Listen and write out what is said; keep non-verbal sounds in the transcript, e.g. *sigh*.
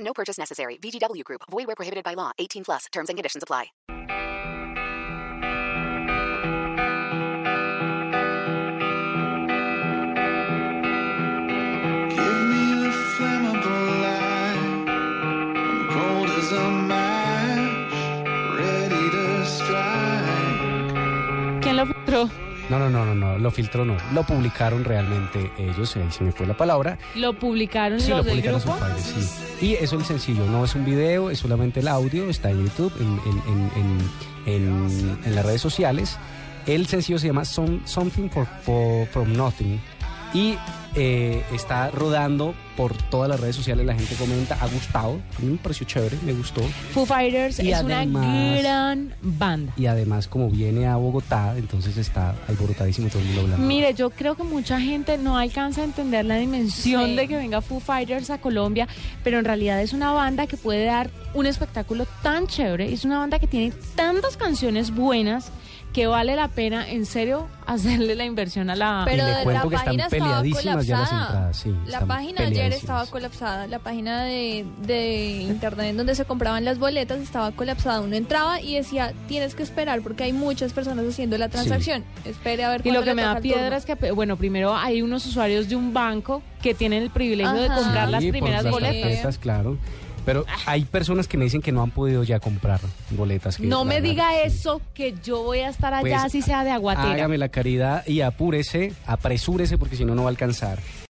No purchase necessary. VGW Group. Void where prohibited by law. 18 plus. Terms and conditions apply. Give me the flammable light. I'm cold as a match, ready to strike. ¿Quién lo filtró? No, no, no, no, no, lo filtró no. Lo publicaron realmente ellos, ahí se me fue la palabra. ¿Lo publicaron Sí, los lo del publicaron sus grupo? padres, sí. Y eso es sencillo, no es un video, es solamente el audio, está en YouTube, en, en- en- en- en- en las redes sociales. El sencillo se llama Some- Something for, for- From Nothing y eh, está rodando por todas las redes sociales. La gente comenta, ha gustado, a mí me pareció chévere, me gustó. Foo Fighters Y es una además- gran banda. Y además, como viene a Bogotá, entonces está alborotadísimo todo el mundo hablando. Mire, yo creo que mucha gente no alcanza a entender la dimensión Sí. de que venga Foo Fighters a Colombia, pero en realidad es una banda que puede dar un espectáculo tan chévere, es una banda que tiene tantas canciones buenas que vale la pena, en serio, *laughs* hacerle la inversión a la... Pero le la cuento que están página estaba peleadísimas ya las colapsada. entradas, sí, la están página ayer peleadísimas. estaba colapsada. La página de, de internet donde se compraban las boletas estaba colapsada. Uno entraba y decía, tienes que esperar porque hay muchas personas haciendo la transacción. Espere a ver Y cuándo lo que le me toca da el turno". piedra es que, bueno, primero hay unos usuarios de un banco que tienen el privilegio de Ajá. comprar las Sí, por primeras las boletas. tarjetas, claro. Pero hay personas que me dicen que no han podido ya comprar boletas. que No la me verdad, diga sí. eso, que yo voy a estar allá, Pues, así sea de aguatera. Hágame la caridad y apúrese, apresúrese porque si no, no va a alcanzar.